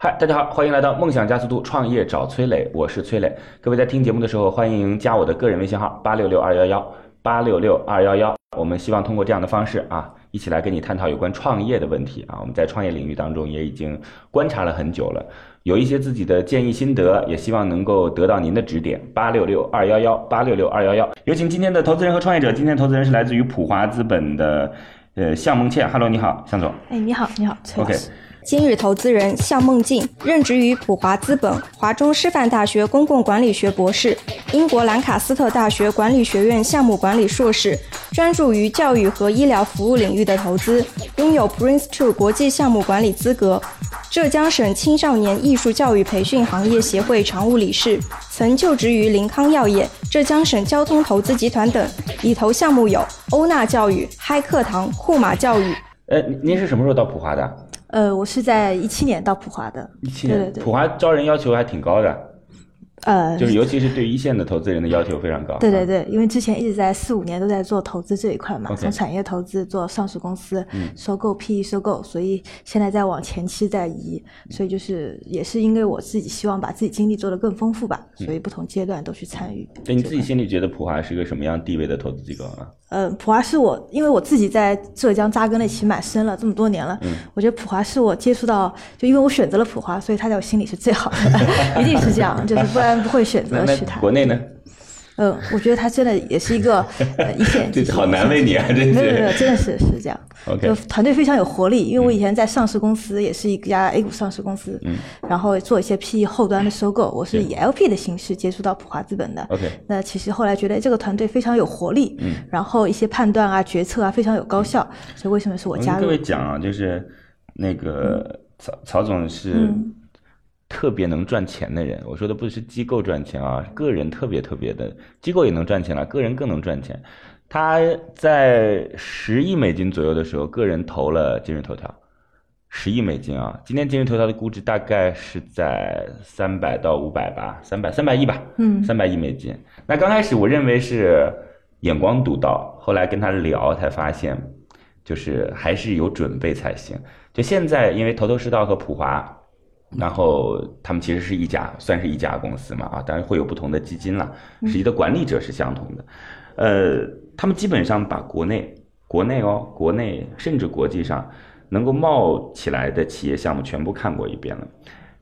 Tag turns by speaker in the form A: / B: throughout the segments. A: 嗨，大家好，欢迎来到梦想加速度创业找崔磊，我是崔磊。各位在听节目的时候，欢迎加我的个人微信号八六六二幺幺八六六二幺幺。我们希望通过这样的方式啊，一起来跟你探讨有关创业的问题啊。我们在创业领域当中也已经观察了很久了，有一些自己的建议心得，也希望能够得到您的指点。八六六二幺幺八六六二幺幺。有请今天的投资人和创业者。今天的投资人是来自于普华资本的呃向梦倩。Hello，你好，向总。
B: 哎，你好，你好，崔老
A: OK，
B: 师。
C: 今日投资人向梦静任职于普华资本、华中师范大学公共管理学博士、英国兰卡斯特大学管理学院项目管理硕士，专注于教育和医疗服务领域的投资，拥有 Prince Two 国际项目管理资格，浙江省青少年艺术教育培训行业协会常务理事，曾就职于林康药业、浙江省交通投资集团等，已投项目有欧纳教育、嗨课堂、库马教育。
A: 呃，您您是什么时候到普华的？
B: 呃，我是在一七年到普华的，
A: 一七
B: 对
A: 年，
B: 对对
A: 普华招人要求还挺高的，
B: 呃，
A: 就是尤其是对一线的投资人的要求非常高。
B: 对对
A: 对。
B: 对，因为之前一直在四五年都在做投资这一块嘛
A: OK 嗯
B: 从产业投资做上市公司、收购、PE 收购，所以现在在往前期在移，
A: 嗯
B: 所以就是也是因为我自己希望把自己经历做得更丰富吧，所以不同阶段都去参与。
A: 对哎你自己心里觉得普华是个什么样地位的投资机构啊？
B: 呃，普华是我，因为我自己在浙江扎根的其实蛮深了，这么多年了。
A: 嗯
B: 我觉得普华是我接触到，就因为我选择了普华，所以它在我心里是最好的，一 定是这样，就是不然不会选
A: 那
B: 择去
A: 那
B: 它。
A: 国内呢？
B: 嗯，我觉得它真的也是一个呃 一线
A: 这好难为你啊，真
B: 没有没有，
A: 是。
B: 真的是是这样。
A: OK 嗯
B: 就团队非常有活力，因为我以前在上市公司，也是一家 A 股上市公司，然后做一些 PE 后端的收购，我是以 LP 的形式接触到普华资本的。
A: OK
B: 那其实后来觉得哎这个团队非常有活力，
A: 嗯
B: 然后一些判断啊、决策啊非常有高效，所以为什么是我
A: 我
B: 加
A: 跟各
B: 入
A: 位？讲啊，就是那个曹曹总是
B: 嗯
A: 特别能赚钱的人。我说的不是机构赚钱啊，个人特别特别的，机构也能赚钱了，个人更能赚钱。他在十亿美金左右的时候，个人投了今日头条。十亿美金啊！今天今日头条的估值大概是在三百到五百吧，三百三百亿吧，
B: 嗯
A: 三百亿美金。那刚开始我认为是眼光独到，后来跟他聊才发现，就是还是有准备才行。就现在，因为头头是道和普华，然后他们其实是一家，算是一家公司嘛啊，当然会有不同的基金了，实际的管理者是相同的。呃，他们基本上把国内、国内哦、国内甚至国际上能够冒起来的企业项目全部看过一遍了。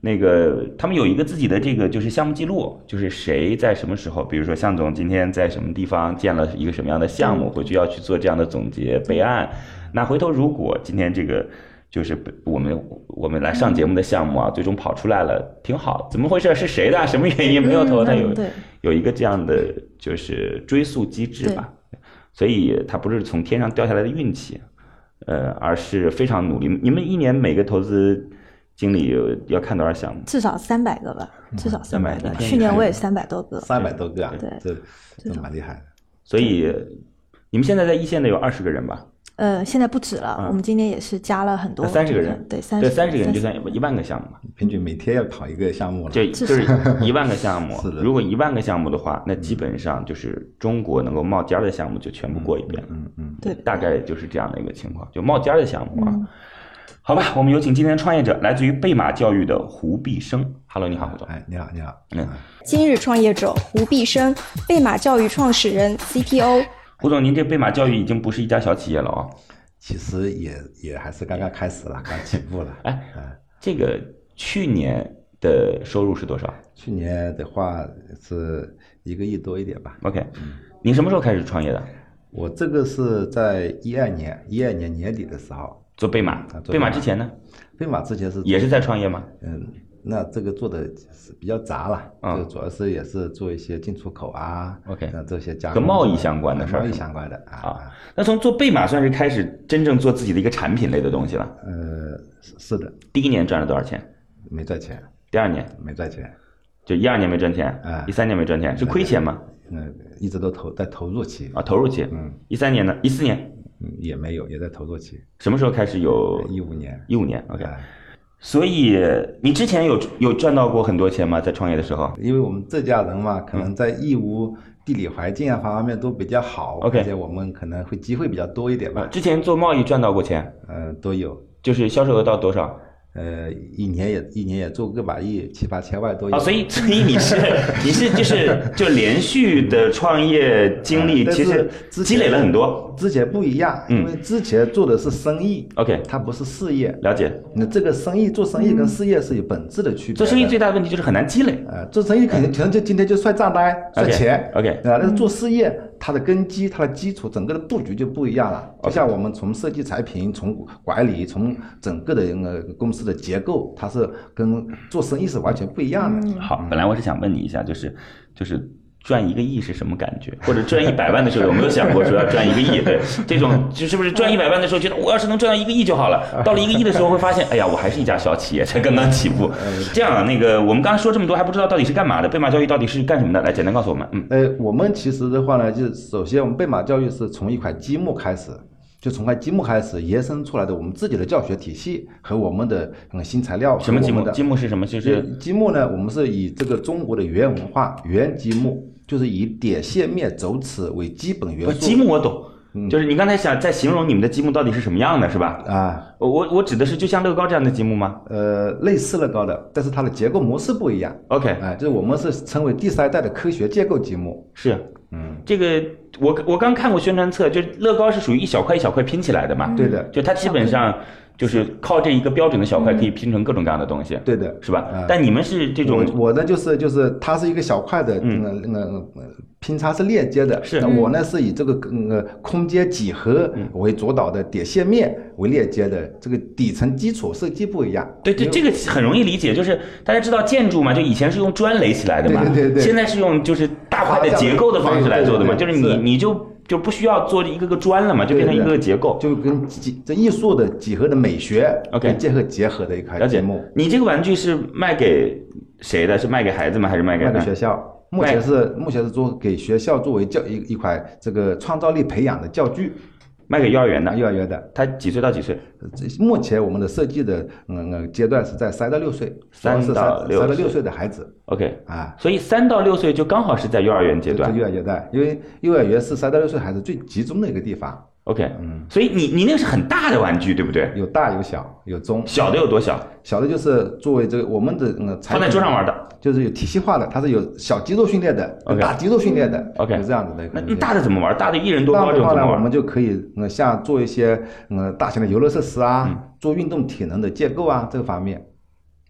A: 那个他们有一个自己的这个就是项目记录，就是谁在什么时候，比如说向总今天在什么地方建了一个什么样的项
B: 嗯
A: 目，回去要去做这样的总结备案。那回头如果今天这个就是我们我们来
B: 嗯
A: 上节目的项目啊，最终跑出来了，挺好，怎么回事？是谁的？什么原因没有投？
B: 嗯
A: 他有
B: 嗯对
A: 有一个这样的就是追溯机制吧，所以它不是从天上掉下来的运气，呃，而是非常努力。你们一年每个投资经理要看多少项目？
B: 至少三百个吧，至少三
A: 300
B: 百个。
A: 嗯个
B: 去年我也三百多个，
D: 三百多个啊，
B: 对
D: 这
B: 这
D: 这
B: 种
D: 蛮厉害的。
A: 所以你们现在在一线的有二十个人吧？
B: 呃，现在不止了，我们今年也是加了很多，
A: 嗯三十个人，
B: 对，三
A: 哦对
B: 十
A: 三十个人就算一万个项目嘛，
D: 平均每天要跑一个项目了，。
A: 就就
B: 至
A: 是一万个项 目
D: 是的嗯
A: 如果一万个项目的话，那基本上就是中国能够冒尖儿的项目就全部过一遍了。
D: 嗯嗯，
B: 对
A: 大概就是这样的一个情况，就冒尖儿的项目啊。好吧，我们有请今天的创业者，来自于贝马教育的胡毕生。Hello，你好，胡总。
D: 哎，你好你好，
A: 嗯
C: 今日创业者胡毕生，贝马教育创始人 CTO。
A: 胡总，您这贝马教育已经不是一家小企业了啊、
D: 其实也也还是刚刚开始了，刚起步了。
A: 哎
D: 哎，
A: 这个去年的收入是多少
D: 去年的话是一个亿多一点吧。
A: ？OK，您什么时候开始创业的？
D: 我这个是在一二年一二年年底的时候，
A: 做贝马
D: 做，
A: 贝
D: 贝
A: 马
D: 马
A: 之前呢，
D: 飞马之前是
A: 也是在创业吗？
D: 嗯，那这个做的是比较杂了，
A: 嗯
D: 就主要是也是做一些进出口啊
A: OK
D: 那这些加
A: 和
D: 工
A: 贸易
D: 啊
A: 相关的
D: 啊
A: 事儿
D: 贸易
A: 是吗
D: 相关的啊
A: 啊，那从做贝马算是开始真正做自己的一个产品类的东西了。
D: 呃，是是的，
A: 第一年赚了多少钱？
D: 没赚钱，
A: 第二年
D: 没赚钱，
A: 就一二年没赚钱
E: 哎，
A: 一三年没赚钱，是亏钱吗？
E: 嗯，一直都投在投入期，
A: 啊，投入期，
E: 嗯
A: 一三年呢，一四年
E: 嗯，也没有，也在投入期，
A: 什么时候开始有？
E: 一五年
A: 一五年，OK。
E: 哎
A: 所以你之前有有赚到过很多钱吗？在创业的时候
E: 因为我们这家人嘛，可能
A: 嗯
E: 在义乌地理环境啊方面都比较好
A: OK
E: 而且我们可能会机会比较多一点
A: 啊，
E: 吧，
A: 之前做贸易赚到过钱，
E: 嗯、都有，
A: 就是销售额到多少
E: 呃，一年也一年也做个把亿，七八千万都有。
A: 啊？所以 所以你是你是就是就连续的创业经历，
E: 嗯但
A: 其
E: 是
A: 实
E: 之前
A: 积累了很多。
E: 之前不一样，
A: 嗯
E: 因为之前做的是生意，
A: OK，
E: 它不是事业。
A: 了解。
E: 那这个生意做生意跟事业是有本质的区别的。
A: 嗯做生意最大的问题就是很难积累。
E: 呃，做生意肯定可能就今天就算账单、算
A: OK，
E: 钱
A: OK
E: 啊，但是做事业，它的根基、它的基础，整个的布局就不一样了。就像我们从设计产品、从管理、从整个的呃公司的结构，它是跟做生意是完全不一样的。
A: 好，本来我是想问你一下，就是就是赚一个亿是什么感觉，或者赚一百万的时候有没有想过说要赚一个亿？对，这种就是不是赚一百万的时候觉得我要是能赚到一个亿就好了，到了一个亿的时候会发现，哎呀，我还是一家小企业，才刚刚起步。
E: 嗯
A: 这样啊，那个我们刚刚说这么多还不知道到底是干嘛的，贝马教育到底是干什么的？来，简单告诉我们。嗯，
E: 呃，我们其实的话呢，就是首先我们贝马教育是从一块积木开始，就从块积木开始延伸出来的我们自己的教学体系和我们的嗯新材料和
A: 什么积
E: 我们
A: 木？
E: 的
A: 积木是什么？就是
E: 积木呢，我们是以这个中国的原文化原积木，就是以点、线、面、轴、尺为基本元
A: 不
E: 素。
A: 呃哦积木我懂，
E: 嗯
A: 就是你刚才想在形容你们的积木到底是什么样的，是吧？
E: 啊，
A: 我我我指的是就像乐高这样的积木吗
E: 呃，类似乐高的，但是它的结构模式不一样。
A: ？OK，
E: 哎、就是我们是称为第三代的科学结构积木。
A: 是，
E: 嗯，
A: 这个我我刚看过宣传册，就是乐高是属于一小块一小块拼起来的嘛，
E: 对的，
A: 就它基本上就是靠这一个标准的小块可以拼成各种各样的东西，
E: 对的。
A: 是吧
E: 嗯？
A: 但你们是这
E: 我
A: 种
E: 我呢就是就是它是一个小块的，
A: 嗯
E: 嗯那个拼插是链接的，
A: 是嗯
E: 那我呢是以这个嗯呃空间几何为主导的点线面为链接的，这个底层基础设计不一样。
A: 对对，这个很容易理解，就是大家知道建筑嘛，就以前是用砖垒起来的嘛，
E: 对对对对
A: 现在是用就是大块的结构的方式来做的嘛，
E: 对
A: 就
E: 对
A: 是
E: 对
A: 你
E: 是
A: 你就就不需要做一个个砖了嘛，就变成一个个结构。
E: 就跟几这艺术的几何的美学
A: OK
E: 跟结合结合的一块
A: 了
E: 节
A: 解
E: 目，，
A: 你这个玩具是卖给谁的？是卖给孩子吗？还是卖给
E: 卖给学校。目
A: 卖
E: 前是目前是做给学校作为教一一款这个创造力培养的教具，
A: 卖给幼儿园的？
E: 幼儿园的。
A: 他几岁到几岁？
E: 这目前我们的设计的嗯嗯阶段是在三到六岁，主要是
A: 3到
E: 三
A: 6
E: 三到六
A: 岁
E: 岁的孩子
A: OK，
E: 啊，
A: 所以三到六岁就刚好是在幼儿园阶
E: 这
A: 段
E: 幼。儿园的，因为幼儿园是三到六岁孩子最集中的一个地方，
A: OK，
E: 嗯
A: 所以你你那个是很大的玩具，对不对？
E: 有大有小有中，
A: 小的有多小？
E: 小的就是作为这个我们的嗯产
A: 放在
E: 品
A: 桌上玩的。
E: 就是有体系化的，它是有小肌肉训练的，有
A: OK
E: 大肌肉训练的
A: OK
E: 有这样子的一个
A: 那
E: 东西。
A: 那大的怎么玩？大的一人多
E: 大
A: 高这
E: 的
A: 种
E: 话
A: 怎
E: 呢，
A: 么
E: 我们
A: 玩？
E: 就可以嗯，像做一些嗯大型的游乐设施
A: 嗯
E: 啊，做运动体能的建构啊这个方面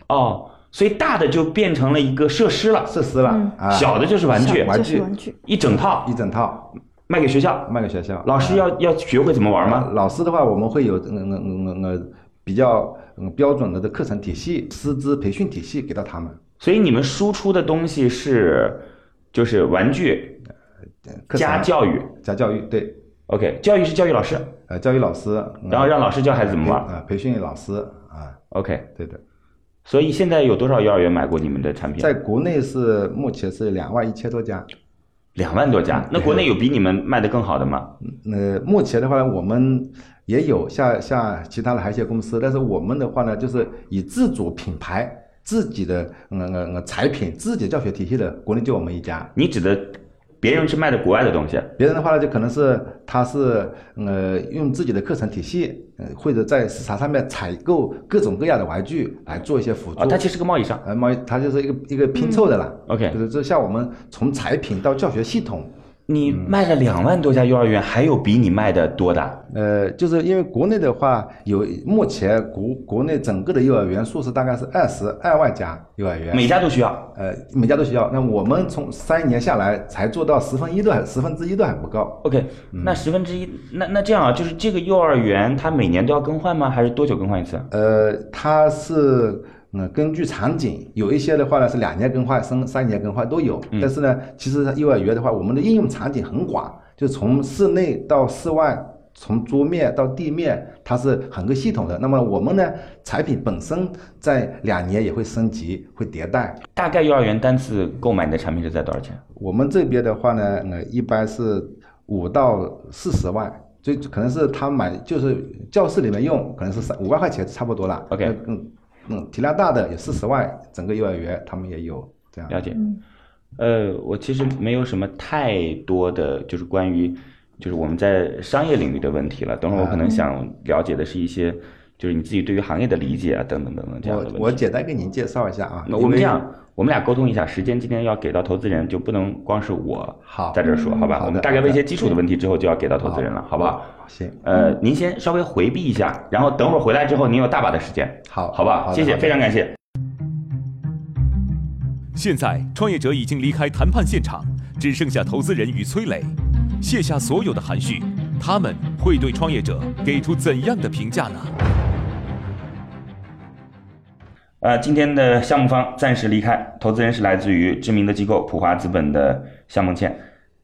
A: 哦，所以大的就变成了一个设施了，
E: 设施了
A: 嗯
E: 啊，
A: 小的就是玩具，
B: 小就
E: 具
B: 是玩具，
A: 一整套
E: 一整套
A: 卖给学校。
E: 卖给学校。啊
A: 老师要要学会怎么玩吗？
E: 老师的话，我们会有嗯嗯嗯嗯比较嗯标准的的课程体系、师资培训体系给到他们。
A: 所以你们输出的东西是就是玩具
E: 课程
A: 加教育。
E: 加教育对，
A: OK，教育是教育老师，
E: 呃教育老师，
A: 然后让老师教孩子怎么玩。嗯
E: 啊培训老师啊，
A: OK，
E: 对的。
A: 所以现在有多少幼儿园买过你们的产品？
E: 在国内是目前是两万一千多家。
A: 两万多家，那国内有比你们卖的更好的吗？
E: 呃，目前的话呢，我们也有像像其他的海鲜公司，但是我们的话呢，就是以自主品牌、自己的嗯嗯嗯产品、自己的教学体系的，国内就我们一家。
A: 你指的别人是卖的国外的东西，
E: 别人的话呢，就可能是他是呃用自己的课程体系，呃或者在市场上面采购各种各样的玩具来做一些辅助。
A: 啊，它其实是个贸易商。
E: 呃，贸易它就是一个一个拼凑的啦。
A: OK
E: 就是这像我们从产品到教学系统，
A: 你卖了两万多家幼儿园，还有比你卖的多的？
E: 呃，就是因为国内的话，有目前国国内整个的幼儿园数是大概是二十二万家幼儿园，
A: 每家都需要。
E: 呃每家都需要。那我们从三年下来才做到十分一都还十分之一都还不够。
A: OK，那十分之一，那那这样啊，就是这个幼儿园它每年都要更换吗？还是多久更换一次？
E: 呃，它是嗯根据场景，有一些的话呢是两年更换、三三年更换都有。但是呢，其实幼儿园的话，我们的应用场景很广，就从室内到室外，从桌面到地面它是很个系统的。那么我们呢，产品本身在两年也会升级，会迭代。
A: 大概幼儿园单次购买你的产品是在多少钱？
E: 我们这边的话呢，呃，一般是五到四十万，最可能是他买就是教室里面用，可能是三五万块钱差不多了。
A: OK
E: 呃嗯嗯，体量大的有四十万，整个幼儿园他们也有这样。
A: 了解。
B: 嗯
A: 呃，我其实没有什么太多的，就是关于就是我们在商业领域的问题了。等会儿我
E: 嗯
A: 可能想了解的是一些，就是你自己对于行业的理解啊，等等等等这样的问
E: 我
A: 题。
E: 我简单给您介绍一下啊，
A: 那我
E: 因
A: 们
E: 为
A: 这样，我们俩沟通一下，时间今天要给到投资人，就不能光是我
E: 好嗯
A: 在这儿说，好吧？
E: 好的
A: 我们大概问一
E: 好
A: 些基础的问题之后，就要给到投资人了，好不好？
E: 行，
A: 呃，您先稍微回避一下，然后等会儿回来之后，您有大把的时间，
E: 好
A: 好不好？
E: 好的
A: 谢谢，
E: 好的
A: 非常感谢。
D: 现在，创业者已经离开谈判现场，只剩下投资人与崔磊，卸下所有的含蓄，他们会对创业者给出怎样的评价呢？
A: 呃，今天的项目方暂时离开，投资人是来自于知名的机构普华资本的向梦倩。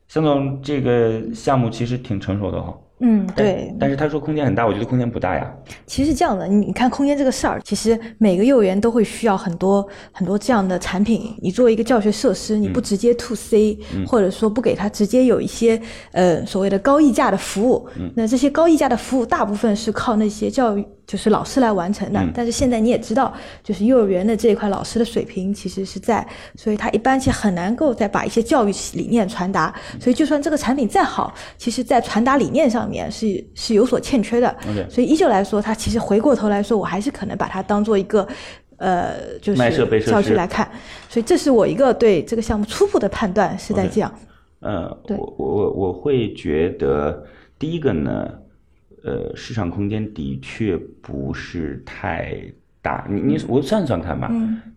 A: 向总，这个项目其实挺成熟的哈、
B: 嗯，
A: 但
B: 对，
A: 但是他说空间很大，我觉得空间不大呀。
B: 其实是这样的，你你看空间这个事儿，其实每个幼儿园都会需要很多很多这样的产品。你作为一个教学设施，你不直接 to C，、或者说不给他直接有一些呃所谓的高溢价的服务，那这些高溢价的服务大部分是靠那些教育就是老师来完成的。但是现在你也知道，就是幼儿园的这一块老师的水平其实是在，所以他一般其实很难够再把一些教育理念传达。所以就算这个产品再好，其实在传达理念上面是是有所欠缺的。
A: OK
B: 所以依旧来说，它其实回过头来说，我还是可能把它当做一个。呃，就
A: 卖设备
B: 是
A: 设施
B: 教学来看，所以这是我一个对这个项目初步的判断是在
A: OK
B: 这样。
A: 呃，
B: 对
A: 我我我我会觉得，第一个呢，呃，市场空间的确不是太大。你你我算算看吧，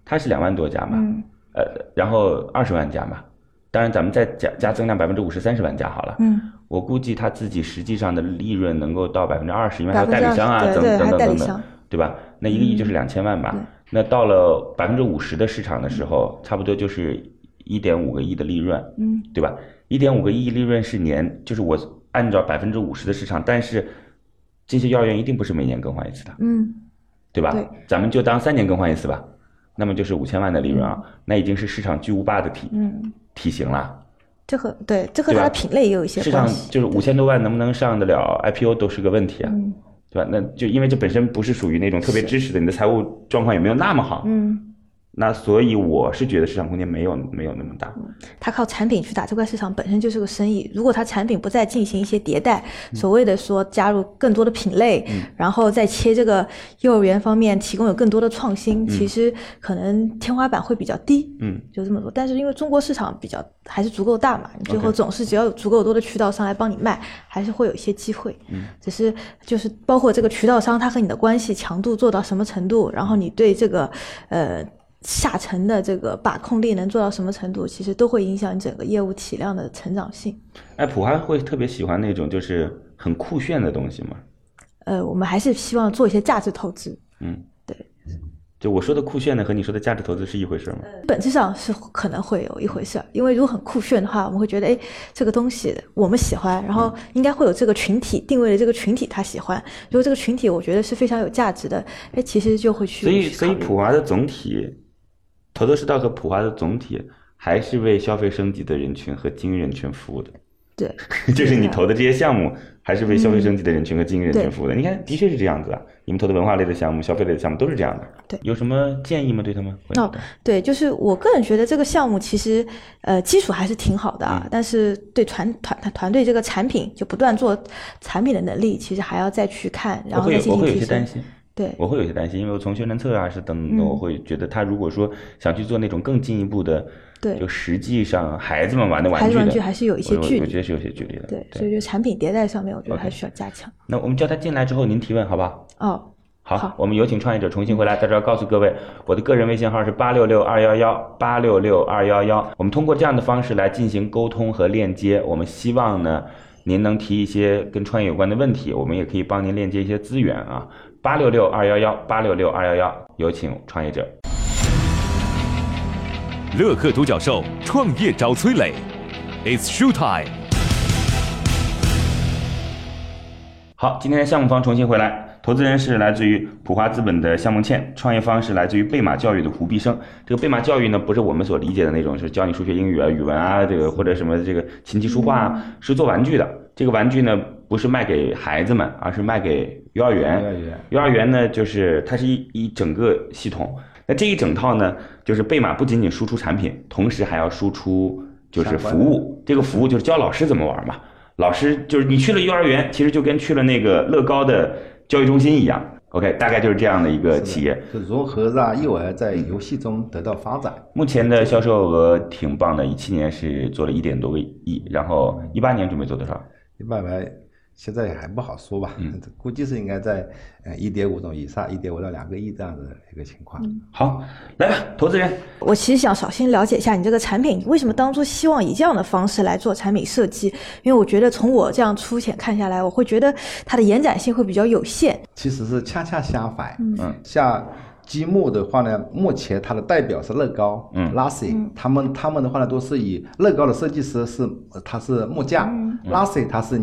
A: 它是两万多家嘛，
B: 嗯
A: 呃，然后二十万家嘛，当然咱们再加加增量百分之五十，三十万家好了。
B: 嗯，
A: 我估计它自己实际上的利润能够到百分之二十，因为还有代
B: 20%
A: 理商啊，
B: 对
A: 等
B: 对还
A: 等
B: 有
A: 等
B: 代理
A: 等等
B: 商，嗯
A: 对吧？那一个亿就是两千万吧。
B: 对
A: 那到了百分之五十的市场的时候，差不多就是一点五个亿的利润，
B: 嗯，
A: 对吧？一点五个亿利润是年，就是我按照百分之五十的市场，但是这些幼儿园一定不是每年更换一次的，
B: 嗯，
A: 对吧？
B: 对
A: 咱们就当三年更换一次吧，那么就是五千万的利润啊，那已经是市场巨无霸的体、
B: 嗯
A: 体型了。
B: 这和对这和
A: 对吧
B: 它的品类也有一些
A: 市场
B: 关系。
A: 就是五千多万能不能上得了 IPO 都是个问题啊，
B: 嗯
A: 对吧？那就因为这本身不是属于那种特别支持的，你的财务状况也没有那么好，
B: 嗯，
A: 那所以我是觉得市场空间没有没有那么大。
B: 它靠产品去打这块市场本身就是个生意。如果它产品不再进行一些迭代，
A: 嗯
B: 所谓的说加入更多的品类，然后再切这个幼儿园方面提供有更多的创新，其实可能天花板会比较低。
A: 嗯，
B: 就这么多。但是因为中国市场比较还是足够大嘛，你最后
A: OK
B: 总是只要有足够多的渠道商来帮你卖，还是会有一些机会。只是就是包括这个渠道商他和你的关系强度做到什么程度，然后你对这个呃下沉的这个把控力能做到什么程度，其实都会影响你整个业务体量的成长性。
A: 哎，普华会特别喜欢那种就是很酷炫的东西吗？
B: 呃，我们还是希望做一些价值投资，
A: 就我说的酷炫呢，和你说的价值投资是一回事吗？
B: 本质上是可能会有一回事儿，因为如果很酷炫的话，我们会觉得，哎，这个东西我们喜欢，然后
A: 嗯
B: 应该会有这个群体定位的这个群体他喜欢。如果这个群体我觉得是非常有价值的，哎，其实就会去
A: 所以，
B: 去
A: 所以
B: 考虑
A: 普华的总体，头头是道和普华的总体还是为消费升级的人群和精英人群服务的。
B: 对，
A: 就是你
B: 的
A: 投的这些项目，还是为消费升级的人群和精英人群
B: 对
A: 服务的。你看，的确是这样子啊。你们投的文化类的项目、消费类的项目都是这样的。
B: 对
A: 有什么建议吗？对他们？
B: 哦，对，就是我个人觉得这个项目其实，呃，基础还是挺好的啊，
A: 嗯
B: 但是对团团团队这个产品就不断做产品的能力，其实还要再去看，然
A: 我
B: 后
A: 会
B: 再
A: 有，
B: 进
A: 我
B: 行
A: 会有一
B: 提
A: 些担
B: 升。
A: 心，
B: 对，
A: 我会有一些担心，因为我从宣传策略啊是等等的，
B: 嗯
A: 我会觉得他如果说想去做那种更进一步的，
B: 对
A: 就实际上孩子们玩的玩
B: 孩子玩具
A: 的，
B: 还是有一些
A: 我
B: 距
A: 我
B: 离
A: 觉得是有些距离的。
B: 对，所以就产品迭代上面，我觉得还需要加强。
A: 那我们叫他进来之后，您提问好不好？
B: 哦，
A: 好，
B: 好
A: 我们有请创业者重新回来，在这儿告诉各位，我的个人微信号是八六六二幺幺八六六二幺幺。我们通过这样的方式来进行沟通和链接，我们希望呢，您能提一些跟创业有关的问题，我们也可以帮您链接一些资源啊。八六六二幺幺八六六二幺幺，有请创业者。
D: 乐客独角兽创业找崔磊，It's show time。
A: 好，今天的项目方重新回来，投资人是来自于普华资本的夏梦倩，创业方是来自于贝马教育的胡必生。这个贝马教育呢，不是我们所理解的那种，是教你数学、英语啊、语文啊，这个或者什么这个琴棋书画啊，是做玩具的。这个玩具呢，不是卖给孩子们，而是卖给幼儿园。
E: 幼儿园
A: 幼儿园呢，就是它是一一整个系统。那这一整套呢，就是贝马不仅仅输出产品，同时还要输出就是服务。这个服务就是教老师怎么玩嘛。老师就是你去了幼儿园，其实就跟去了那个乐高的教育中心一样。OK，大概就是这样的一个企业。
E: 就如何让幼儿在游戏中得到发展？
A: 目前的销售额挺棒的，一七年是做了一点多个亿，然后一八年准备做多少？
E: 一般来现在还不好说吧，
A: 嗯
E: 估计是应该在呃一点五种以上，一点五到两个亿这样子的一个情况。
A: 好，来吧，投资人，
B: 我其实想首先了解一下你这个产品，为什么当初希望以这样的方式来做产品设计？因为我觉得从我这样粗浅看下来，我会觉得它的延展性会比较有限。
E: 其实是恰恰相反，
A: 嗯，
E: 像积木的话呢，目前它的代表是乐高，
A: 嗯
E: l a s s i 他们他们的话呢，都是以乐高的设计师是呃他是木匠、l a s s i 他是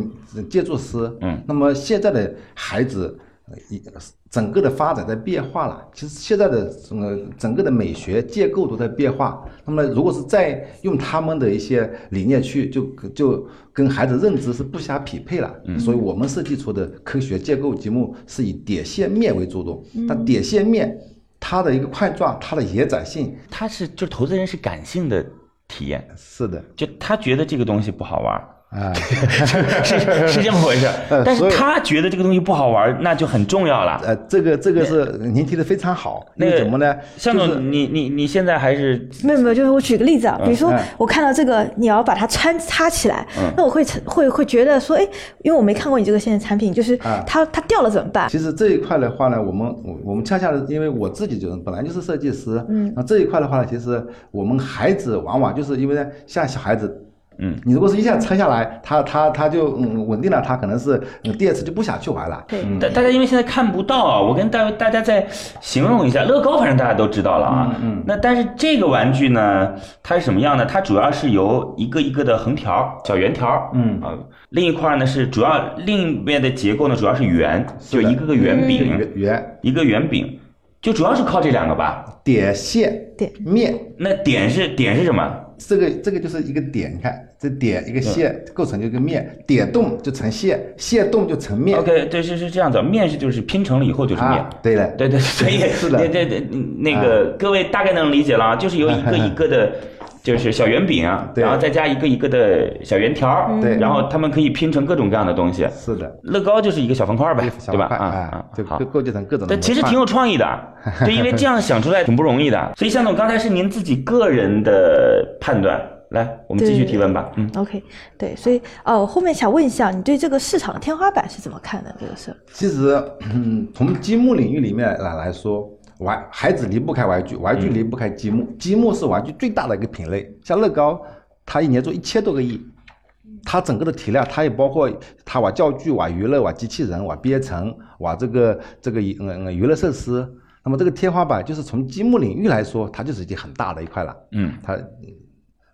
E: 建筑师，
A: 嗯
E: 那么现在的孩子。呃一整个的发展在变化了，其实现在的整个整个的美学结构都在变化。那么，如果是再用他们的一些理念去，就就跟孩子认知是不相匹配了。所以我们设计出的科学结构积木是以点线面为主动，但点线面它的一个块状，它的延展性
A: 他是就投资人是感性的体验，
E: 是的
A: 就他觉得这个东西不好玩儿，
E: 啊，
A: 是 是这么回事 儿。
E: 呃
A: 但是
E: 所以
A: 他觉得这个东西不好玩儿，那就很重要了。
E: 呃，这个这个是您提的非常好，因为
A: 那
E: 怎么呢？
A: 向
E: 就是
A: 总，你你你现在还是
B: 没有没有，就是我举个例子啊，比如说
E: 哎
B: 我看到这个，你要把它穿插起来，那我会会会觉得说，哎，因为我没看过你这个现在产品，就是
E: 哎
B: 它它掉了怎么办？
E: 其实这一块的话呢，我们我我们恰恰的，因为我自己就是本来就是设计师，嗯，那这一块的话呢，其实我们孩子往往就是因为呢，像小孩子。
A: 嗯，
E: 你如果是一下拆下来，他他他就嗯稳定了，他可能是嗯第二次就不想去玩了。
B: 对，
A: 大大家因为现在看不到啊，我跟大大家再形容一下，乐高反正大家都知道了啊。嗯。那但是这个玩具呢，它是什么样呢？它主要是由一个一个的横条、小圆条，
E: 嗯
A: 啊，另一块呢是主要另一面的结构呢主要是圆，就一个个
E: 嗯
A: 圆饼，
E: 圆圆
A: 一个圆饼，就主要是靠这两个吧。
E: 点线
B: 点
E: 面，
A: 那点是点是什么？
E: 这个这个就是一个点，你看这点一个线
A: 嗯
E: 构成就一个面，点动就成线，线动就成面。
A: OK，对，是是这样子，面是就是拼成了以后就是面。
E: 啊，对了，
A: 对对，所以
E: 是的啊
A: 对对对，那个各位大概能理解了啊，就是由一个一 个的，就是小圆饼啊，
E: 对嗯
A: 然后再加一个一个的小圆条儿，
E: 对
A: 然后他们可以拼成各种各样的东西。
E: 是的，
A: 乐高就是一个小方块儿呗，
E: 小
A: 对吧？
E: 块
A: 啊
E: 啊
A: 啊，，
E: 就
A: 好
E: 构。构建成各种的模块。
A: 对，其实挺有创意的， 对，因为这样想出来挺不容易的。所以向总刚才是您自己个人的判断，来，我们继续
B: 对
A: 提问吧。嗯，
B: OK，对，所以哦，我后面想问一下，你对这个市场的天花板是怎么看的这个事儿？
E: 其实，嗯，从积木领域里面来来说，玩孩子离不开玩具，玩具离不开积木，积木是玩具最大的一个品类。像乐高，它一年做一千多个亿，它整个的体量，它也包括它玩教具、玩娱乐、玩机器人、玩编程、玩这个这个娱嗯嗯娱乐设施。那么这个天花板就是从积木领域来说，它就是已经很大的一块了。
A: 嗯，
E: 它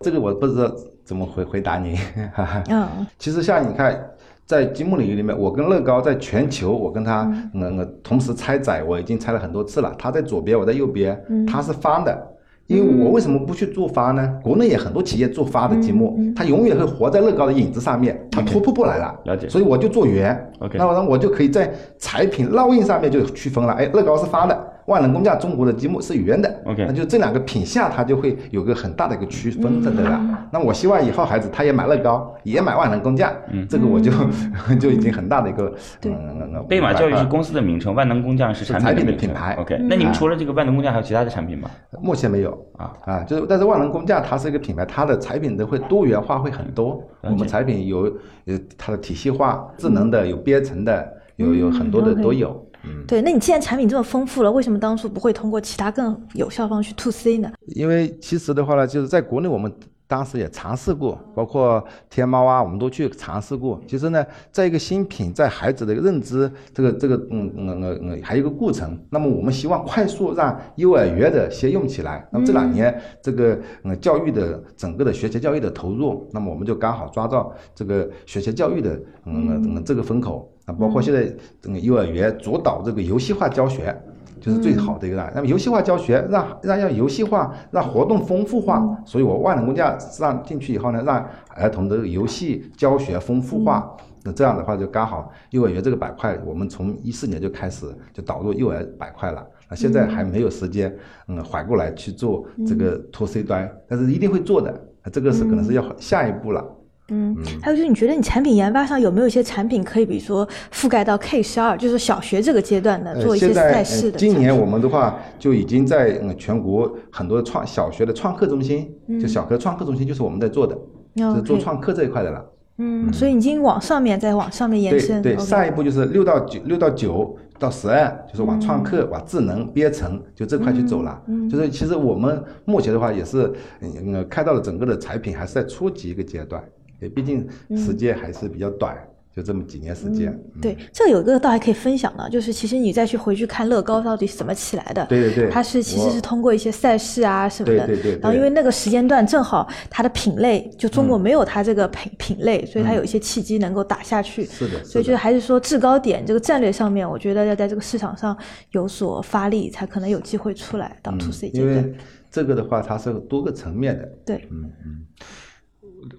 E: 这个我不知道怎么回回答你。 哈哈。
B: 嗯，
E: 其实像你看，在积木领域里面，我跟乐高在全球，我跟它嗯嗯同时拆载，我已经拆了很多次了。它在左边，我在右边，它是方的。因为我为什么不去做方呢？国内也很多企业做方的积木，它永远会活在乐高的影子上面，它突破不来嗯了。
A: 了解
E: 所以我就做圆。
A: OK
E: 那么我就可以在产品烙印上面就区分了。哎，乐高是方的，万能工匠中国的积木是圆的。
A: OK
E: 那就这两个品相，它就会有个很大的一个区分在这了。
B: 嗯
E: 那我希望以后孩子他也买乐高，也买万能工匠，
A: 嗯
E: 这个我就 就已经很大的一个
B: 对
E: 嗯，
A: 贝马教育是
E: 公
A: 公司的名称，万能工匠是
E: 是
A: 产
E: 产品的
A: 名称
E: 品牌
A: OK，那你们除了这个万能工匠，还有其他的产品吗？
E: 目前没有
A: 啊
E: 啊，就是但是万能工匠它是一个品牌，它的产品都会多元化会很多。
A: 嗯了解
E: 我们产品有呃它的体系化，智能的有编程的，有有很多的
B: 嗯，OK
E: 都有。
B: 对，那你既然产品这么丰富了，为什么当初不会通过其他更有效方式去 to C 呢？
E: 因为其实的话呢，就是在国内我们当时也尝试过，包括天猫啊，我们都去尝试过。其实呢，在一个新品在孩子的一个认知，这个这个嗯嗯嗯嗯，还有一个过程。那么我们希望快速让幼儿园的先用起来。那么这两年这个嗯教育的整个的学前教育的投入，那么我们就刚好抓到这个学前教育的嗯嗯这个风口。啊，包括现在整个幼儿园主导这个游戏化教学，就是最好的一个了。那么游戏化教学让让要游戏化，让活动丰富化，所以我万能工匠让进去以后呢，让儿童的游戏教学丰富化。那这样的话就刚好幼儿园这个板块，我们从一四年就开始就导入幼儿板块了。那现在还没有时间，嗯，缓过来去做这个托 C 端，但是一定会做的。这个是可能是要下一步了。
B: 嗯，还有就是，你觉得你产品研发上有没有一些产品可以，比如说覆盖到 K 十二，就是小学这个阶段的，做
E: 呃，
B: 一些
E: 现在
B: 赛
E: 呃
B: 事的？
E: 今年我们的话就已经在嗯全国很多创小学的创客中心，就小学创客中心就是我们在做的，
B: 哦
E: 就是做
B: 嗯 OK
E: 创客这一块的了。
B: 嗯，所以已经往上面再往上面延
E: 对
B: 伸。
E: 对，
B: OK
E: 上一步就是六到九、六到九到十二，就是往创客、
B: 嗯
E: 往智能、编程就这块去走了。就是其实我们目前的话也是，嗯、呃，开到了整个的产品还是在初级一个阶段，也毕竟
B: 嗯
E: 时间还是比较短，就这么几年时间。嗯
B: 对，这个有一个倒还可以分享的，就是其实你再去回去看乐高到底是怎么起来的。
E: 对对对
B: 它是其实
E: 我
B: 是通过一些赛事啊什么的。
E: 对对对对嗯
B: 然后因为那个时间段正好它的品类，就中国没有它这个品品类，所以它有一些契机能够打下去。
E: 是的是的
B: 所以就是还是说制高点这个战略上面，我觉得要在这个市场上有所发力，才可能有机会出来到 to C 阶
E: 嗯因
B: 段。
E: 为这个的话，它是有多个层面的。嗯
B: 对，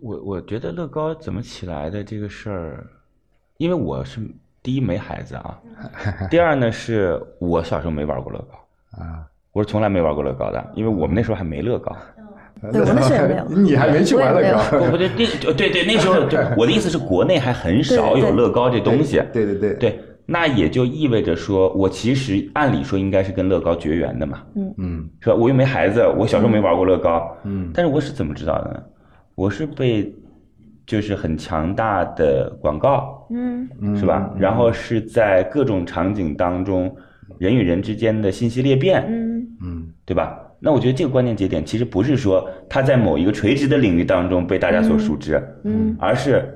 A: 我我觉得乐高怎么起来的这个事儿，因为我是第一没孩子 啊，第二呢是我小时候没玩过乐高
E: 啊，
A: 我是从来没玩过乐高的，因为我们那时候还没乐高。
B: 对我 们是没有
E: 你还没去玩乐
B: 我也
E: 高？
A: 不不 对，那哦对对那时 候对我的意思是国内还很少
B: 对对
A: 有乐高这东西。
E: 对对对，
A: 对，那也就意味着说，我其实按理说应该是跟乐高绝缘的嘛，
E: 嗯
A: 是吧？我又没孩子，我小时候没玩过乐高，
E: 嗯
A: 但是我是怎么知道的呢？我是被就是很强大的广告，
B: 嗯，
E: 嗯，
A: 是吧？然后是在各种场景当中，人与人之间的信息裂变，
B: 嗯，
E: 嗯
A: 对吧？那我觉得这个关键节点其实不是说它在某一个垂直的领域当中被大家所熟知，
B: 嗯，
A: 而是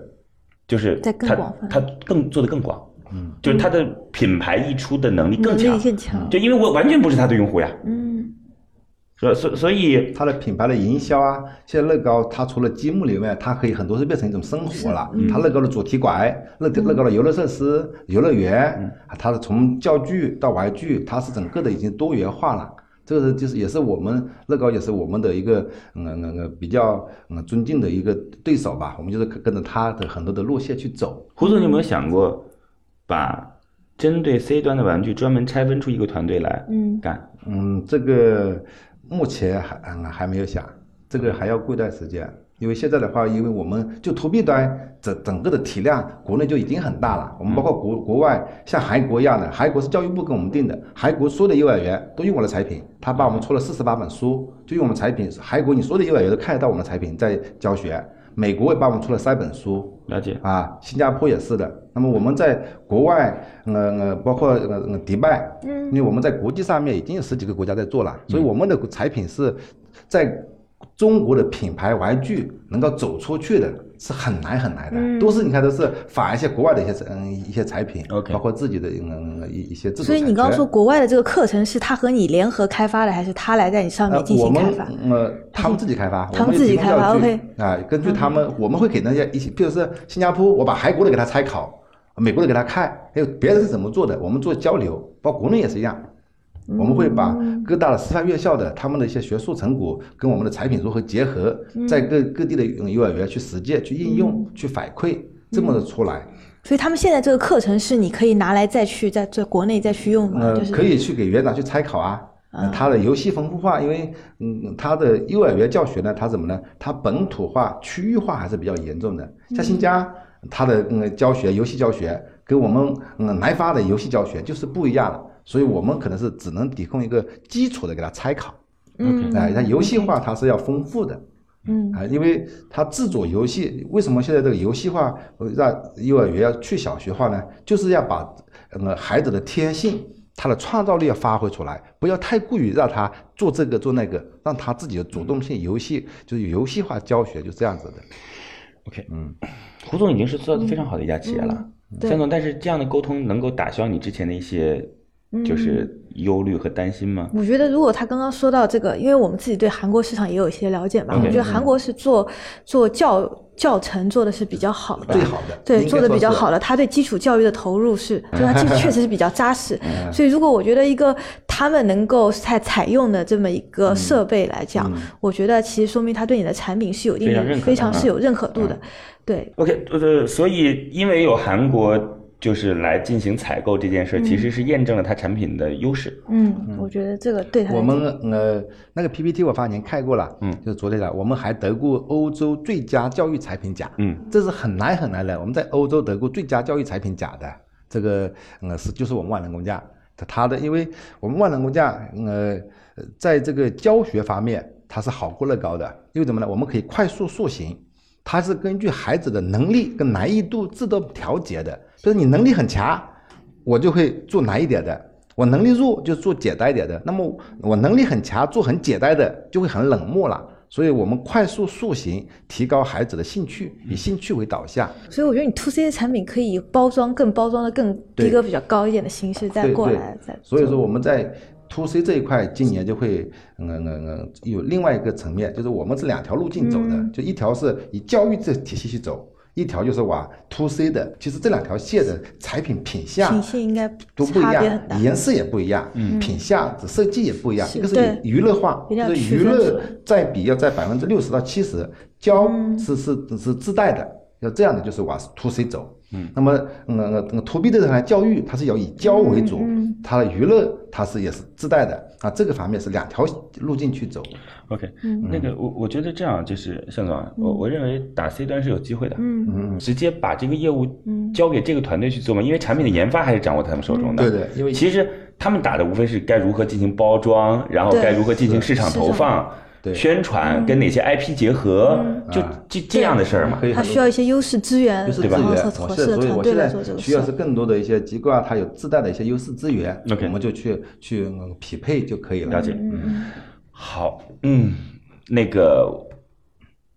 A: 就是
B: 在更
A: 它
B: 广泛
A: 它更做的更广，
E: 嗯，
A: 就是它的品牌溢出的能力更
B: 能
A: 强
B: 力，更强。
A: 就因为我完全不是它的用户呀，
B: 嗯。
A: 所所所以
E: 它的品牌的营销啊，现在乐高它除了积木以外，它可以很多是变成一种生活了。它乐高的主题馆、乐乐高的游乐设施、游乐园，啊它的从教具到玩具，它是整个的已经多元化了。这个是就是也是我们乐高也是我们的一个嗯嗯嗯比较嗯尊敬的一个对手吧，我们就是跟着它的很多的路线去走。
A: 胡总，你有没有想过把针对 C 端的玩具专门拆分出一个团队来
B: 嗯
A: 干？
E: 嗯，这个目前还嗯还没有想，这个还要过一段时间。因为现在的话，因为我们就 to B 端整整个的体量，国内就已经很大了。我们包括国国外，像韩国一样的，韩国是教育部跟我们定的，韩国所有的幼儿园都用我的产品，他帮我们出了四十八本书，就用我们产品。韩国你所有的幼儿园都看得到我们的产品在教学，美国也帮我们出了三本书，
A: 了解，
E: 啊，新加坡也是的。那么我们在国外，呃呃，包括呃呃迪拜，嗯，因为我们在国际上面已经有十几个国家在做了，所以我们的产品是在中国的品牌玩具能够走出去的，是很难很难的。
B: 嗯
E: 都是你看都是仿一些国外的一些嗯一些产品
A: OK
E: 包括自己的嗯嗯一一些自主
B: 所以你
E: 产
B: 刚刚
E: 权
B: 说国外的这个课程是他和你联合开发的，还是他来在你上
E: 呃
B: 面进
E: 我
B: 行开
E: 们
B: 发？嗯
E: 呃，他们自己开发，
B: 他们
E: 我也
B: 自己
E: 提供
B: 开发
E: 教具
B: OK 嗯
E: 啊，根据他们，我们会给那些一些，比如说新加坡，我把韩国的给他参考，美国的给他看，还有别人是怎么做的，我们做交流，包括国内也是一样。我们会把
B: 嗯
E: 各大的师范院校的他们的一些学术成果跟我们的产品如何结合，
B: 嗯
E: 在各各地的幼儿园去实践、去应用、去反馈，这么的
B: 嗯
E: 出来。
B: 所以他们现在这个课程是你可以拿来再去在在国内再去用吗？
E: 呃
B: 就，是
E: 可以去给园长去参考啊。呃它的游戏丰富化，因为嗯，它的幼儿园教学呢，它怎么呢？它本土化、区域化还是比较严重的。
B: 嗯
E: 像新疆，它的嗯教学、游戏教学跟我们嗯南方的游戏教学就是不一样了，所以我们可能是只能提供一个基础的给它参考。
B: 嗯
E: 哎，它游戏化它是要丰富的。
B: 嗯
E: 啊，因为它自主游戏，为什么现在这个游戏化呃让幼儿园要去小学化呢？就是要把呃孩子的天性、他的创造力要发挥出来，不要太过于让他做这个做那个，让他自己的主动性游戏就是游戏化教学，就这样子的。
A: 胡总已经是做的非常好的一家企业了，
B: 嗯对
A: 向总，但是这样的沟通能够打消你之前的一些
B: 嗯
A: 就是忧虑和担心吗？
B: 我觉得，如果他刚刚说到这个，因为我们自己对韩国市场也有一些了解嘛，
A: OK
B: 我觉
E: 嗯
B: 得韩国是做做教教程做的是比较好的，
E: 最好的，
B: 对，
E: 应该
B: 做的比较
E: 说是
B: 好的，他对基础教育的投入是，就是他基础确实是比较扎 实。
E: 嗯
B: 所以，如果我觉得一个他们能够在采用的这么一
E: 嗯
B: 个设备来讲，我觉得其实说明他对你的产品是有一定
A: 非常认
B: 的，
A: 可的
B: 非
E: 啊
B: 常是有认可
E: 嗯
B: 度的。 对，
A: OK，呃，所以因为有韩国就是来进行采购这件事儿，其实是验证了它产品的优势。
B: 嗯，我觉得这个对他来
E: 我
B: 讲
E: 们呃那个 PPT 我发现看过了，
A: 嗯
E: 就是昨天的，我们还得过欧洲最佳教育产品奖，
A: 嗯，
E: 这是很难很难的，我们在欧洲得过最佳教育产品奖的，这个呃是就是我们万能工匠，它它的因为我们万能工匠呃呃在这个教学方面它是好过乐高的，因为什么呢？我们可以快速塑形，它是根据孩子的能力跟难易度自动调节的，就是你能力很强。我就会做难一点的。我能力弱就做简单一点的，那么我能力很强，做很简单的就会很冷漠了。所以，我们快速塑形，提高孩子的兴趣，以兴趣为导向。
B: 所以我觉得你 to C 的产品可以包装更包装的更
E: 对
B: 逼格比较高一点的形式再
E: 对
B: 过
E: 对
B: 来，再
E: 所以
B: 做
E: 说我们在 to C 这一块，今年就会嗯嗯嗯嗯有另外一个层面，就是我们是两条路径走的，就一条是以教育这体系去走，一条就是往 to C 的。其实这两条线的产品品相
B: 品性应该
E: 都不一
B: 差别
E: 样
B: 很大，。
E: 颜色也不一样，品相、设计也不一样。
B: 是
E: 一个嗯是
B: 对
E: 娱乐化，
B: 一定要
E: 就是
B: 区
E: 娱
B: 分出
E: 乐
B: 来
E: 占比要在百分之六十到七十，教
B: 嗯
E: 是是是自带的，要这样的就是往 to C 走。嗯，那么嗯呃呃 to B 的呢，教育它是要以教为主，
B: 嗯
E: 它的娱乐它是也是自带的啊，这个方面是两条路径去走。
A: OK，、那
E: 嗯
A: 个我我觉得这样就是向总啊，我我认为打 C 端是有机会的，嗯，直接把这个业务交给这个团队去做嘛，因为产品的研发还是掌握在他们手中的，
E: 对对，因为
B: 呃
A: 其实他们打的无非是该如何进行包装，然后
B: 对
A: 该如何进行市场
B: 市
A: 投
B: 场
A: 放、
E: 对
A: 宣传，跟哪些 IP 结合，就
E: 啊
A: 这这样的事儿嘛。
E: 可以
B: 它
E: 很多
B: 需要一些优势资源，
E: 优势资
A: 对吧
B: 然后
E: 源，
B: 合
E: 我
B: 合
E: 是
B: 适的
E: 所以
B: 团
E: 我
B: 队
E: 现
B: 来
E: 在
B: 做这个
E: 需
B: 事
E: 要
B: 儿
E: 是。更多的一些机构啊，它有自带的一些优势资源
A: OK
E: 我们就去去嗯匹配就可以了。
A: 了解，嗯，好，嗯，那个，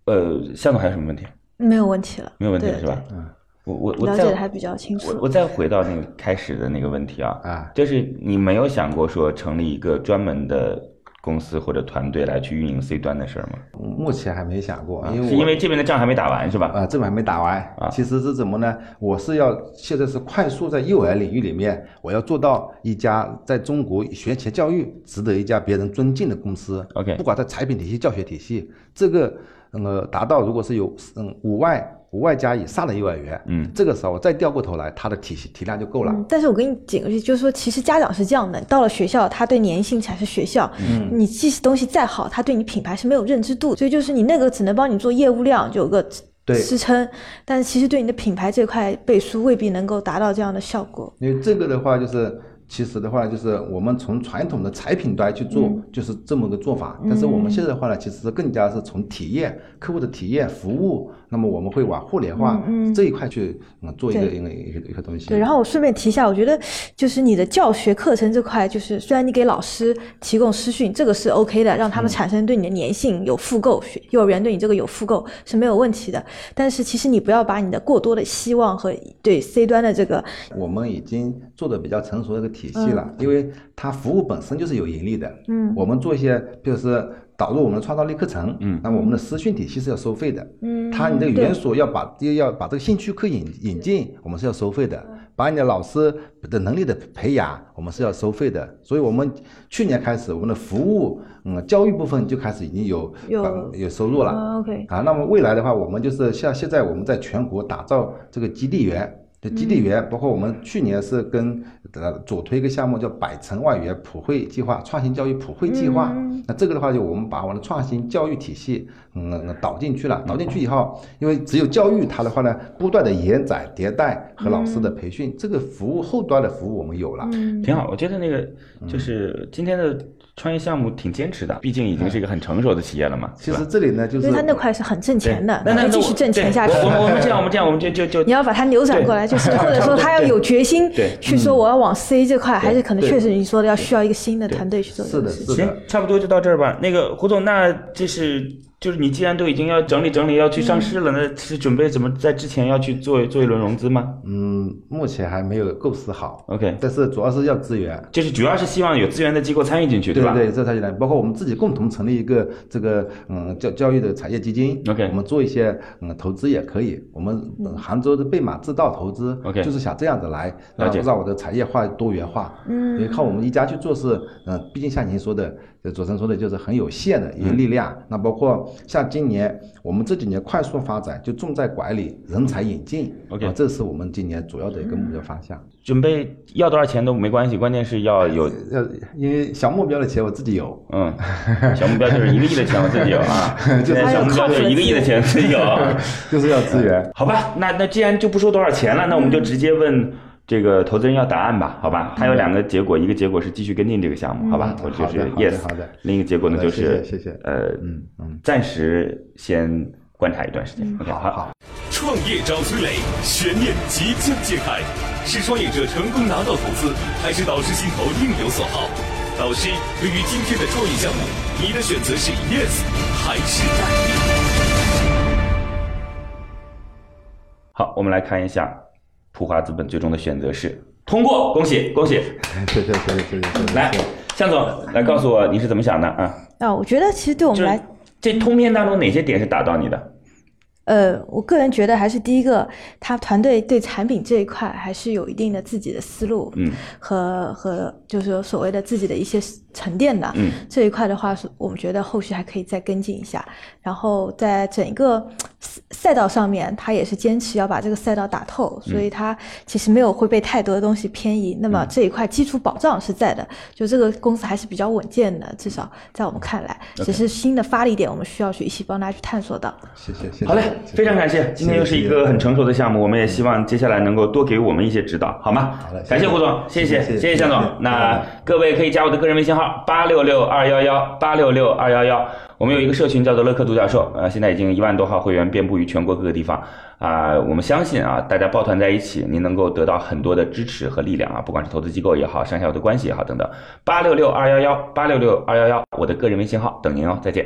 A: 呃，向总还有什么问题？
B: 没有问题了，
A: 没有问题
B: 对
A: 了是吧？？嗯，我我
B: 对
A: 我
B: 了
A: 再
B: 解的还比较清
A: 我
B: 楚。
A: 我再回到那个开始的那个问题啊，
E: 啊，
A: 就是你没有想过说成立一个专门的公司或者团队来去运营 C 端的事儿吗？
E: 目前还没想过，因为
A: 啊是
E: 我
A: 因为这边的仗还没打完是吧？
E: 啊，这本还没打完。
A: 啊
E: 其实是怎么呢？我是要现在是快速在幼儿领域里面，我要做到一家在中国学前教育值得一家别人尊敬的公司。
A: OK
E: 不管在产品体系、教学体系，这个呃达到如果是有嗯五万五万家以上的幼儿园，
A: 嗯，
E: 这个时候我再调过头来，它的体系体量就够了。
B: 嗯，但是我给你警个句，就是说，其实家长是这样的，到了学校，他对粘性才是学校。嗯，你即使东西再好，他对你品牌是没有认知度，所以就是你那个只能帮你做业务量，就有个
E: 对
B: 支撑，但是其实对你的品牌这块背书未必能够达到这样的效果。
E: 因为这个的话，就是其实的话，就是我们从传统的产品端去做，
B: 嗯
E: 就是这么个做法。但是我们现在的话呢，其实是更加是从体验、客户的体验、服务，那么我们会往互联化这一块去嗯做一个
B: 嗯对
E: 一个一个一个
A: 嗯
E: 东西。
B: 对，然后我顺便提一下，我觉得就是你的教学课程这块，就是虽然你给老师提供师训，这个是 OK 的，让他们产生对你的粘性有复购，学幼儿园对你这个有复购是没有问题
A: 嗯
B: 的。但是其实你不要把你的过多的希望和对 C 端的这个
E: 我们已经做的比较成熟的一个体系了，
B: 嗯
E: 因为它服务本身就是有盈利的。嗯，我们做一些，比如说导入我们的创造力课程，嗯，那么我们的师训体系是要收费的。嗯，它你这个园所要把要要把这个兴趣课引引进，我们是要收费的。
B: 嗯
E: 把你的老师的能力的培养，我们是要收费的。所以，我们去年开始，我们的服务，嗯，教育部分就开始已经有
B: 有
E: 把有收入了。
B: 啊，OK
E: 啊，那么未来的话，我们就是像现在我们在全国打造这个基地园，就基
B: 嗯
E: 地园，包括我们去年是跟呃主推一个项目叫“百城万园普惠计划”创新教育普惠计划。
B: 嗯
E: 那这个的话，就我们把我们的创新教育体系嗯嗯导进去了，导进去以后，因为只有教育它的话呢，不断的延展迭代和老
B: 嗯
E: 师的培训，这个服务后端的服务我们有了。
A: 挺好，我觉得那个
E: 嗯
A: 就是今天的创业项目挺坚持的，毕竟已经是一个很成熟的企业了嘛。
E: 其
A: 是
E: 实
A: 吧
E: 这里呢，就是
B: 因为它那块是很挣钱的，
A: 那那
B: 就
A: 那
B: 继
A: 我
B: 续挣钱
A: 对
B: 下去。
A: 我们我们这样，我们这样，我们就就就
B: 你要把它扭转过来，就是或者说他要有决心
A: 对嗯
B: 去说我要往 C 这块，还是可能
E: 对
B: 确实你说的要需要一个新的团队去做这
E: 是
B: 个
E: 的，
B: 事
E: 是
B: 情。
E: 的
A: 行。，差不多就到这儿吧。那个胡总，那这是就是你既然都已经要整理整理要去上市了，那是准备怎么在之前要去做做一轮融资吗
E: 嗯，目前还没有构思好，
A: ？OK，
E: 但是主要是要资源，
A: 就是主要是希望有资源的机构参与进去，
E: 对
A: 吧？
E: 对，这才简单。包括我们自己共同成立一个这个嗯教教育的产业基金
A: OK
E: 我们做一些嗯投资也可以。我们、嗯杭州的贝马制造投资
A: OK
E: 就是想这样子来
A: 了
E: 让
A: 解
E: 让我的产业化多元化。
B: 嗯
E: 因为靠我们一家去做事，嗯、毕竟像您说的，呃主持人说的就是很有限的一个力
A: 嗯
E: 量。那包括像今年我们这几年快速发展，就重在管理、人才引进
A: OK 嗯
E: 啊这是我们今年主要的一个目标方向。
A: 准备要多少钱都没关系，关键是要有，
E: 呃，因为小目标的钱我自己有，
A: 嗯，小目标就是一个亿的钱我自己有啊，现在小目标就是一个亿的钱自己有。啊
E: 就是要资源。
A: 好吧，那那既然就不说多少钱了，那我们
E: 嗯
A: 就直接问这个投资人要答案吧，好吧？他有两个结果，一个结果是继续跟进这个项目，好吧？我就
E: 嗯好
A: 是
E: 的好的
A: yes，
E: 好的
A: 另一个结果呢
E: 好
A: 就
E: 的
A: 是
E: 谢谢谢谢
A: 呃，
E: 嗯嗯，
A: 暂时先观察一段时间。OK，
E: 好好。
D: 创业找崔磊，悬念即将揭开，是创业者成功拿到投资，还是导师心头另有所好？导师，对于今天的创业项目，你的选择是 yes 还是 no？
A: 好，我们来看一下普华资本最终的选择是通过，恭喜恭喜！
E: 谢谢谢谢谢谢谢谢。
A: 来，向总来告诉我你是怎么想的啊？
B: 啊，我觉得其实对我
A: 就
B: 们来
A: 是这通篇当中哪些点是打到你的？
B: 呃，我个人觉得还是第一个，他团队对产品这一块还是有一定的自己的思路，
A: 嗯，
B: 和和就是有所谓的自己的一些沉淀的，
A: 嗯，
B: 这一块的话是我们觉得后续还可以再跟进一下。然后在整个赛赛道上面，他也是坚持要把这个赛道打透，所
A: 嗯
B: 以他其实没有会被太多的东西偏移。那么这一块基础保障是在的，就这个公司还是比较稳健的，至少在我们看来，只是新的发力点，我们需要去一起帮大家去探索到。
E: 谢谢谢谢。
A: 好嘞，非常感谢，今天又是一个很成熟的项目，我们也希望接下来能够多给我们一些指导，好吗？
E: 好嘞
A: 感谢胡总，谢谢，
E: 谢谢
A: 谢谢
E: 谢谢
A: 向总
E: 谢谢。
A: 那
E: 拜拜
A: 各位可以加我的个人微信号八六六二幺幺八六六二幺幺，我们有一个社群叫做乐客独角兽，呃，现在已经一万多号会员遍布于全国各个地方啊、我们相信啊，大家抱团在一起，您能够得到很多的支持和力量啊，不管是投资机构也好，上下游的关系也好等等。八六六二幺幺八六六二幺幺，我的个人微信号等您哦，再见。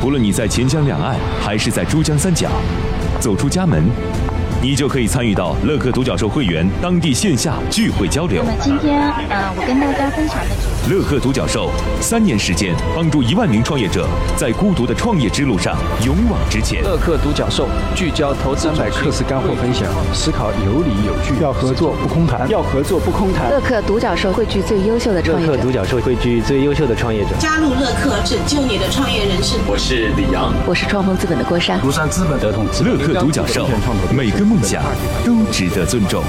D: 不论你在钱江两岸还是在珠江三角，走出家门，你就可以参与到乐客独角兽会员当地线下聚会交流
F: 那。么今天，呃，我跟大家分享的主题
D: 乐客独角兽三年时间，帮助一万名创业者在孤独的创业之路上勇往直前。
G: 乐客独角兽聚焦投资三百课时干货分享，思考有理有据，要合作不空谈，要合作不空谈。
H: 乐客独角兽汇聚最优秀的创业者。
G: 角兽汇聚最优秀的创业者。
I: 加入乐客，拯救你的创业人生。
J: 我是李阳，
H: 我是创丰资本的郭莎。
J: 庐山资本德同资
D: 乐客独角兽，每个梦想都值得尊重。